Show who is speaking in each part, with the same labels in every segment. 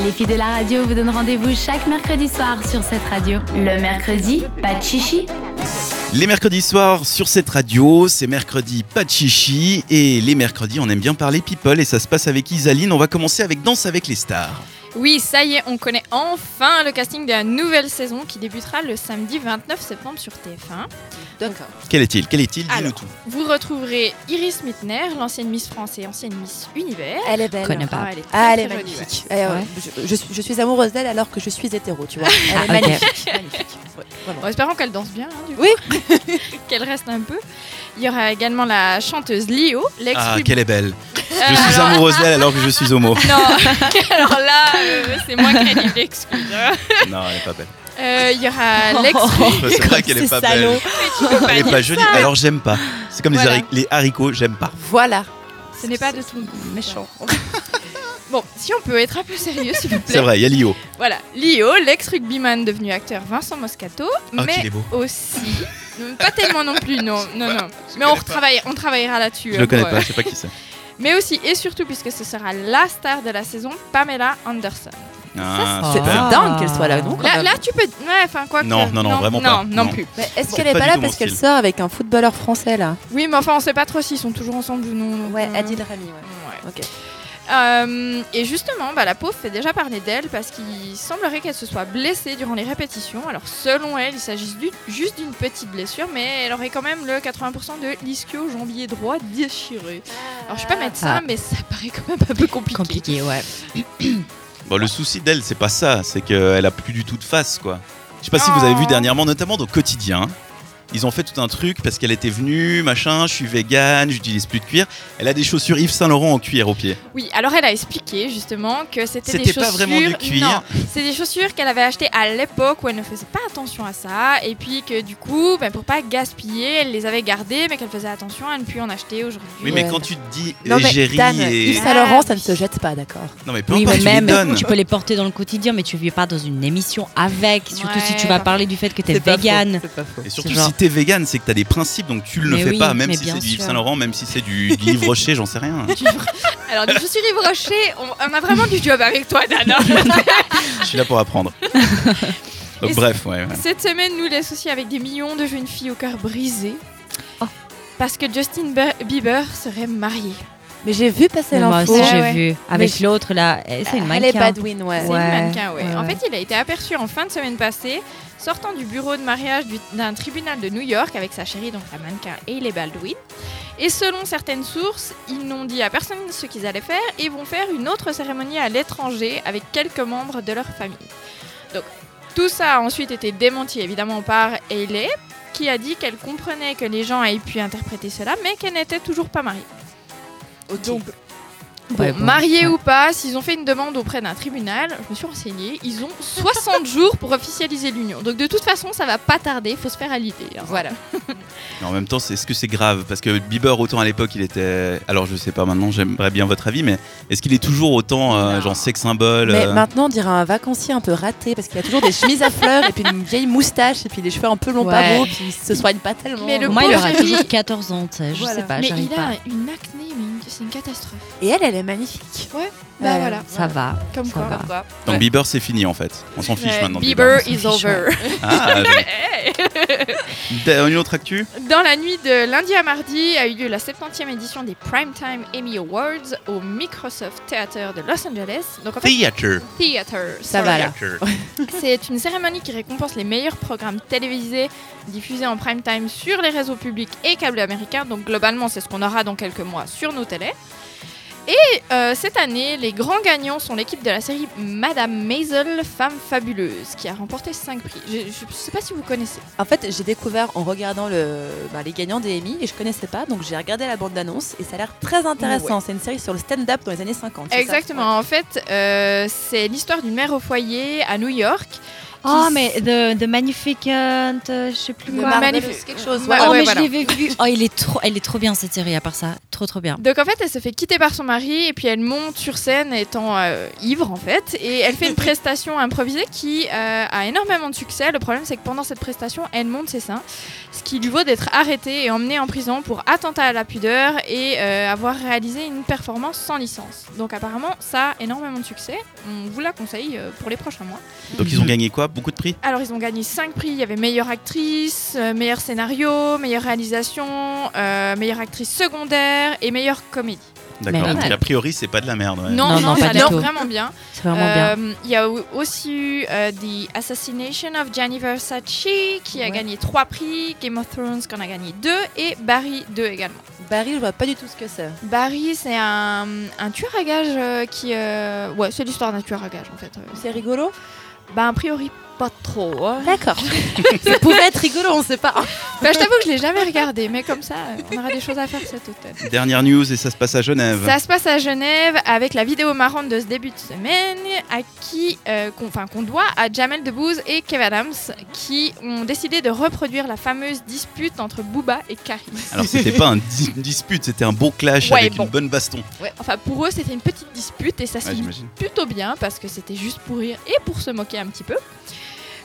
Speaker 1: Les filles de la radio vous donnent rendez-vous chaque mercredi soir sur cette radio. Le mercredi, pas de chichi.
Speaker 2: Les mercredis soirs sur cette radio, c'est mercredi pas de chichi et les mercredis on aime bien parler people et ça se passe avec Isaline. On va commencer avec Danse avec les stars.
Speaker 3: Oui, ça y est, on connaît enfin le casting de la nouvelle saison qui débutera le samedi 29 septembre sur TF1.
Speaker 4: D'accord.
Speaker 2: Quel est-il Quel est-il Dis-nous
Speaker 3: Alors.
Speaker 2: tout.
Speaker 3: Vous retrouverez Iris Mittner, l'ancienne Miss France et ancienne Miss Univers.
Speaker 4: Elle est belle.
Speaker 5: Connais pas.
Speaker 3: elle est très,
Speaker 4: Ah, elle est
Speaker 3: très jolie,
Speaker 4: magnifique.
Speaker 3: ouais.
Speaker 4: Eh ouais, je, je suis- je suis amoureuse d'elle alors que je suis hétéro, tu vois. Elle est
Speaker 5: Ah, ok.
Speaker 4: magnifique. magnifique. Ouais, vraiment.
Speaker 3: En espérant qu'elle danse bien, hein, du coup.
Speaker 4: Oui.
Speaker 3: qu'elle reste un peu. Il y aura également la chanteuse Lio, l'ex
Speaker 2: Ah,
Speaker 3: Ruby-
Speaker 2: quelle est belle.
Speaker 3: Euh,
Speaker 2: Je suis
Speaker 3: alors-
Speaker 2: amoureuse d'elle alors que je suis homo.
Speaker 3: Non, alors là, euh, c'est moi qui ai dit l'excuse. hein.
Speaker 2: Non, elle est pas belle.
Speaker 3: Euh, Il y aura l'ex
Speaker 2: C'est vrai qu'elle est pas belle. Elle est pas jolie. Alors j'aime pas. C'est comme les
Speaker 3: Voilà.
Speaker 2: hari- les haricots, j'aime pas.
Speaker 4: Voilà.
Speaker 3: Ce n'est pas de tout goût, méchant. Bon, si on peut être un peu sérieux, s'il vous plaît.
Speaker 2: C'est vrai, il y a Lio.
Speaker 3: Voilà, Lio, l'ex-rugbyman devenu acteur Vincent Moscato,
Speaker 2: Oh, qu'il
Speaker 3: mais
Speaker 2: est beau.
Speaker 3: aussi. Non, Pas tellement non plus, non, non, non. Mais on, retravaille- on travaillera là-dessus.
Speaker 2: Je
Speaker 3: euh,
Speaker 2: le connais
Speaker 3: pour,
Speaker 2: pas,
Speaker 3: euh,
Speaker 2: je sais pas qui c'est.
Speaker 3: Mais aussi et surtout, puisque ce sera la star de la saison, Pamela Anderson.
Speaker 2: Ah,
Speaker 4: C'est
Speaker 2: super.
Speaker 5: Ah.
Speaker 4: dingue qu'elle soit là, non
Speaker 3: Là, là, tu peux. Ouais, enfin, quoi que-
Speaker 2: Non, non, non, vraiment pas.
Speaker 3: Non, non,
Speaker 2: Non.
Speaker 3: plus.
Speaker 4: Mais Est-ce
Speaker 2: Bon,
Speaker 4: qu'elle est
Speaker 2: pas
Speaker 4: pas
Speaker 2: du
Speaker 4: là
Speaker 2: tout mon
Speaker 4: parce qu'elle
Speaker 2: style.
Speaker 4: sort avec un footballeur français là
Speaker 3: Oui, mais enfin, on sait pas trop s'ils sont toujours ensemble ou non. donc, euh,
Speaker 4: Rami, ouais.
Speaker 3: ouais.
Speaker 4: Ok.
Speaker 3: Euh, et justement, bah, la pauvre fait déjà parler d'elle parce qu'il semblerait qu'elle se soit blessée durant les répétitions. Alors selon elle, il s'agit du- juste d'une petite blessure, mais elle aurait quand même le 80% de l'ischio jambier droit déchiré. Alors je suis pas médecin,
Speaker 5: Ah.
Speaker 3: mais ça paraît quand même un peu compliqué.
Speaker 5: Compliqué, ouais.
Speaker 2: Bon, Bah, le souci d'elle, c'est pas ça, c'est qu'elle a plus du tout de face, quoi. Je sais pas si vous avez vu
Speaker 3: Oh.
Speaker 2: dernièrement, notamment dans Quotidien, ils ont fait tout un truc parce qu'elle était venue, machin, je suis vegan, j'utilise plus de cuir. Elle a des chaussures Yves Saint Laurent en cuir au pied.
Speaker 3: Oui, alors elle a expliqué justement que c'était des
Speaker 2: C'était
Speaker 3: chaussures.
Speaker 2: pas vraiment du cuir.
Speaker 3: Non, c'est des chaussures qu'elle avait achetées à l'époque où elle ne faisait pas attention à ça. Et puis que du coup, ben, pour pas gaspiller, elle les avait gardées, mais qu'elle faisait attention à ne plus en acheter aujourd'hui.
Speaker 2: Oui, mais
Speaker 4: Ouais.
Speaker 2: quand tu te dis
Speaker 4: Non, mais
Speaker 2: l'égérie
Speaker 4: Dan,
Speaker 2: et.
Speaker 4: Yves Saint Laurent, ça ne se jette pas, d'accord
Speaker 2: Non, mais peu
Speaker 5: Oui,
Speaker 2: importe,
Speaker 5: mais
Speaker 2: tu les
Speaker 5: même,
Speaker 2: donnes.
Speaker 5: tu peux les porter dans le quotidien, mais tu ne vis pas dans une émission avec. Surtout si tu
Speaker 3: Ouais.
Speaker 5: vas parler du fait que tu es vegan.
Speaker 4: C'est pas faux.
Speaker 2: Et surtout,
Speaker 5: C'est genre-
Speaker 2: si t'es vegan, c'est que t'as des principes, donc tu le
Speaker 5: Mais
Speaker 2: fais
Speaker 5: oui,
Speaker 2: pas, même
Speaker 5: mais
Speaker 2: si
Speaker 5: bien
Speaker 2: c'est du Yves
Speaker 5: sûr.
Speaker 2: Saint Laurent, même si c'est du, du Livre Rocher, j'en sais rien.
Speaker 3: Alors, je suis Yves Rocher, on, on a vraiment du job avec toi, Dana.
Speaker 2: Je suis là pour apprendre. Donc,
Speaker 3: Et-
Speaker 2: bref, ouais. ouais.
Speaker 3: Cette semaine nous laisse aussi avec des millions de jeunes filles au cœur brisé. Parce que Justin Be- Bieber serait marié.
Speaker 4: Mais j'ai vu passer
Speaker 5: Mais Moi
Speaker 4: l'info.
Speaker 5: aussi,
Speaker 3: Ouais,
Speaker 5: j'ai
Speaker 3: ouais.
Speaker 5: vu. Avec
Speaker 4: je-
Speaker 5: l'autre, là, eh, c'est une
Speaker 4: Elle est
Speaker 5: mannequin.
Speaker 4: Badwin, ouais.
Speaker 3: C'est
Speaker 5: Ouais,
Speaker 3: le mannequin, ouais.
Speaker 5: ouais,
Speaker 3: En
Speaker 5: ouais.
Speaker 3: fait, il a été aperçu en fin de semaine passée, sortant du bureau de mariage du- d'un tribunal de New York avec sa chérie, donc la mannequin Hailey Baldwin. Et selon certaines sources, ils n'ont dit à personne ce qu'ils allaient faire et vont faire une autre cérémonie à l'étranger avec quelques membres de leur famille. Donc, tout ça a ensuite été démenti évidemment par Hailey, qui a dit qu'elle comprenait que les gens aient pu interpréter cela, mais qu'elle n'était toujours pas mariée. Donc, Bon,
Speaker 5: Ouais, bon,
Speaker 3: mariés
Speaker 5: ouais.
Speaker 3: ou pas, s'ils ont fait une demande auprès d'un tribunal, je me suis renseignée, ils ont 60 jours pour officialiser l'union. Donc de toute façon, ça va pas tarder, faut se faire à l'idée. hein.
Speaker 4: Voilà.
Speaker 2: Mais en même temps, c'est- est-ce que c'est grave Parce que Bieber, autant à l'époque, il était. Alors, je sais pas maintenant, j'aimerais bien votre avis, mais est-ce qu'il est toujours autant, euh,
Speaker 3: Non.
Speaker 2: genre, sex symbole
Speaker 4: Mais
Speaker 2: euh,
Speaker 4: maintenant, on dirait un vacancier un peu raté parce qu'il a toujours des chemises à fleurs et puis une vieille moustache et puis des cheveux un peu longs pas
Speaker 5: Ouais.
Speaker 4: beaux puis il se soigne pas tellement.
Speaker 3: Mais le
Speaker 5: Pour moi, il
Speaker 3: pauvre
Speaker 5: aura
Speaker 3: chéri-
Speaker 5: toujours 14 ans, tu sais, je
Speaker 4: Voilà.
Speaker 5: sais pas,
Speaker 3: Mais
Speaker 5: Ah, j'arrive
Speaker 3: il
Speaker 5: pas.
Speaker 3: a une acné, mais une- c'est une catastrophe.
Speaker 4: Et elle, elle est magnifique.
Speaker 3: Bah
Speaker 4: Ouais.
Speaker 3: voilà,
Speaker 5: Ça va.
Speaker 3: comme
Speaker 5: ça
Speaker 3: quoi.
Speaker 5: va.
Speaker 2: Donc, Bieber, c'est fini en fait. On s'en fiche
Speaker 3: Ouais,
Speaker 2: maintenant. de
Speaker 3: Bieber
Speaker 5: Bieber.
Speaker 3: is
Speaker 5: On s'en fiche,
Speaker 3: over.
Speaker 2: Ah, je- Da- une autre actu
Speaker 3: Dans la nuit de lundi à mardi a eu lieu la 70e édition des Primetime Emmy Awards au Microsoft Theater de Los Angeles. Donc en fait,
Speaker 2: Theater.
Speaker 3: theater.
Speaker 4: Ça
Speaker 3: sorry.
Speaker 4: va, là.
Speaker 2: Theater.
Speaker 3: C'est une cérémonie qui récompense les meilleurs programmes télévisés diffusés en prime time sur les réseaux publics et câbles américains. Donc globalement, c'est ce qu'on aura dans quelques mois sur nos télés. Et euh, cette année, les grands gagnants sont l'équipe de la série Madame Maisel, Femme Fabuleuse, qui a remporté 5 prix. Je ne sais pas si vous connaissez.
Speaker 4: En fait, j'ai découvert en regardant le, bah, les gagnants des Emmy et je connaissais pas, donc j'ai regardé la bande d'annonce et ça a l'air très intéressant. C'est une série sur le stand-up dans les années 50. c'est ça
Speaker 3: Exactement. En fait, euh, c'est l'histoire d'une mère au foyer à New York
Speaker 5: Oh, mais The, the Magnificent, euh, je sais plus
Speaker 4: Le
Speaker 3: Ouais.
Speaker 5: quoi.
Speaker 4: Marvelous,
Speaker 3: Magnifique.
Speaker 4: quelque chose.
Speaker 3: Ouais,
Speaker 4: voilà.
Speaker 5: oh,
Speaker 3: ouais,
Speaker 5: mais
Speaker 3: voilà.
Speaker 5: je l'avais vu. Oh, il est trop, elle est trop bien cette série, à part ça. Trop, trop bien.
Speaker 3: Donc en fait, elle se fait quitter par son mari et puis elle monte sur scène étant euh, ivre en fait et elle fait une prestation improvisée qui euh, a énormément de succès. Le problème c'est que pendant cette prestation, elle monte ses seins, ce qui lui vaut d'être arrêtée et emmenée en prison pour attentat à la pudeur et euh, avoir réalisé une performance sans licence. Donc apparemment, ça a énormément de succès. On vous la conseille euh, pour les prochains mois.
Speaker 2: Donc ils ont gagné quoi Beaucoup de prix
Speaker 3: Alors ils ont gagné 5 prix, il y avait meilleure actrice, euh, meilleur scénario, meilleure réalisation, euh, meilleure actrice secondaire et meilleure comédie.
Speaker 2: D'accord.
Speaker 5: Mais
Speaker 2: Donc
Speaker 5: ouais.
Speaker 2: a priori, c'est pas de la merde. ouais.
Speaker 3: Non, non,
Speaker 5: Non, non,
Speaker 3: ça
Speaker 5: pas du
Speaker 3: l'air
Speaker 5: tout.
Speaker 3: vraiment bien.
Speaker 5: C'est vraiment bien.
Speaker 3: Euh, Il y a eu- aussi eu euh, The Assassination of Gianni Versace qui a
Speaker 4: Ouais.
Speaker 3: gagné 3 prix, Game of Thrones qui en a gagné 2 et Barry 2 également.
Speaker 4: Oh, Barry, je vois pas du tout ce que c'est.
Speaker 3: Barry, c'est un, un tueur à gages euh, qui. euh, Ouais, c'est l'histoire d'un tueur à gages en fait. euh.
Speaker 4: C'est rigolo
Speaker 3: Bah, a priori, pas trop. hein.
Speaker 4: D'accord. ça pouvait être rigolo, on sait pas.
Speaker 3: Bah, je t'avoue que je l'ai jamais regardé, mais comme ça, euh, on aura des choses à faire cet automne.
Speaker 2: Dernière news et ça se passe à Genève.
Speaker 3: Ça se passe à Genève avec la vidéo marrante de ce début de semaine à qui euh, qu'on enfin, qu'on doit à Jamel Debbouze et Kev Adams qui ont décidé de reproduire la fameuse dispute entre Booba et Caris.
Speaker 2: Alors c'était pas un di- une dispute, c'était un beau clash
Speaker 3: Ouais,
Speaker 2: avec
Speaker 3: bon.
Speaker 2: une bonne baston.
Speaker 3: Ouais, enfin pour eux c'était une petite dispute et ça se
Speaker 2: Ouais,
Speaker 3: finit
Speaker 2: j'imagine.
Speaker 3: plutôt bien parce que c'était juste pour rire et pour se moquer un petit peu.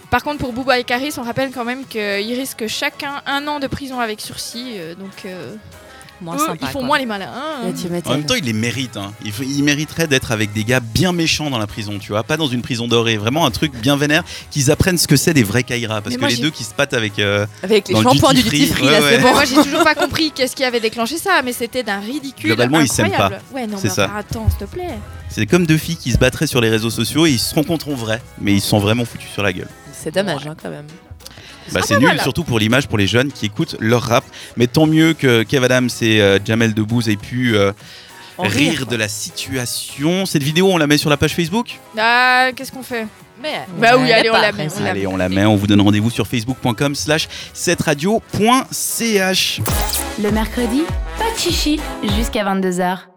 Speaker 3: Par contre pour Booba et Caris on rappelle quand même qu'ils risquent chacun un an de prison avec sursis euh, donc euh,
Speaker 5: Moins
Speaker 3: eux,
Speaker 5: sympa.
Speaker 3: ils font
Speaker 5: quoi.
Speaker 3: moins les malins. hein.
Speaker 2: En même temps, il les mérite. Hein. Il, faut- il mériterait d'être avec des gars bien méchants dans la prison, tu vois. Pas dans une prison dorée. Vraiment un truc bien vénère. Qu'ils apprennent ce que c'est des vrais Kaira. Parce
Speaker 3: Mais
Speaker 2: que
Speaker 3: moi,
Speaker 2: les
Speaker 3: j'ai-
Speaker 2: deux qui se battent avec. euh,
Speaker 4: Avec les
Speaker 2: Dans le
Speaker 4: shampoings du
Speaker 2: duty
Speaker 4: duty
Speaker 2: free,
Speaker 4: free,
Speaker 2: ouais,
Speaker 4: là,
Speaker 2: ouais.
Speaker 4: c'est
Speaker 3: Bon,
Speaker 4: bon.
Speaker 3: moi j'ai toujours pas compris qu'est-ce qui avait déclenché ça, mais c'était d'un ridicule.
Speaker 2: Globalement, ils s'aiment
Speaker 3: incroyable. Ouais, non,
Speaker 2: C'est
Speaker 3: mais
Speaker 2: ça.
Speaker 3: enfin, attends, s'il te plaît.
Speaker 2: C'est comme deux filles qui se battraient sur les réseaux sociaux et ils se rencontrent en vrai. Mais ils se sont vraiment foutus sur la gueule.
Speaker 4: C'est dommage, hein, quand même.
Speaker 2: Bah,
Speaker 3: Ah,
Speaker 2: c'est
Speaker 3: bah,
Speaker 2: nul,
Speaker 3: voilà.
Speaker 2: surtout pour l'image, pour les jeunes qui écoutent leur rap. Mais tant mieux que Kev Adams et euh, Jamel Debbouze aient pu euh,
Speaker 4: En
Speaker 2: rire,
Speaker 4: rire,
Speaker 2: de la situation. Cette vidéo, on la met sur la page Facebook
Speaker 3: Ah, qu'est-ce qu'on fait
Speaker 4: Mais
Speaker 3: Bah oui,
Speaker 5: Ouais,
Speaker 3: allez, on
Speaker 5: pas
Speaker 3: la
Speaker 5: après
Speaker 3: met.
Speaker 5: ça.
Speaker 3: on la
Speaker 2: Allez, on la met. On vous donne rendez-vous sur facebook.com slash 7radio.ch.
Speaker 1: Le mercredi, pas de chichi jusqu'à 22h.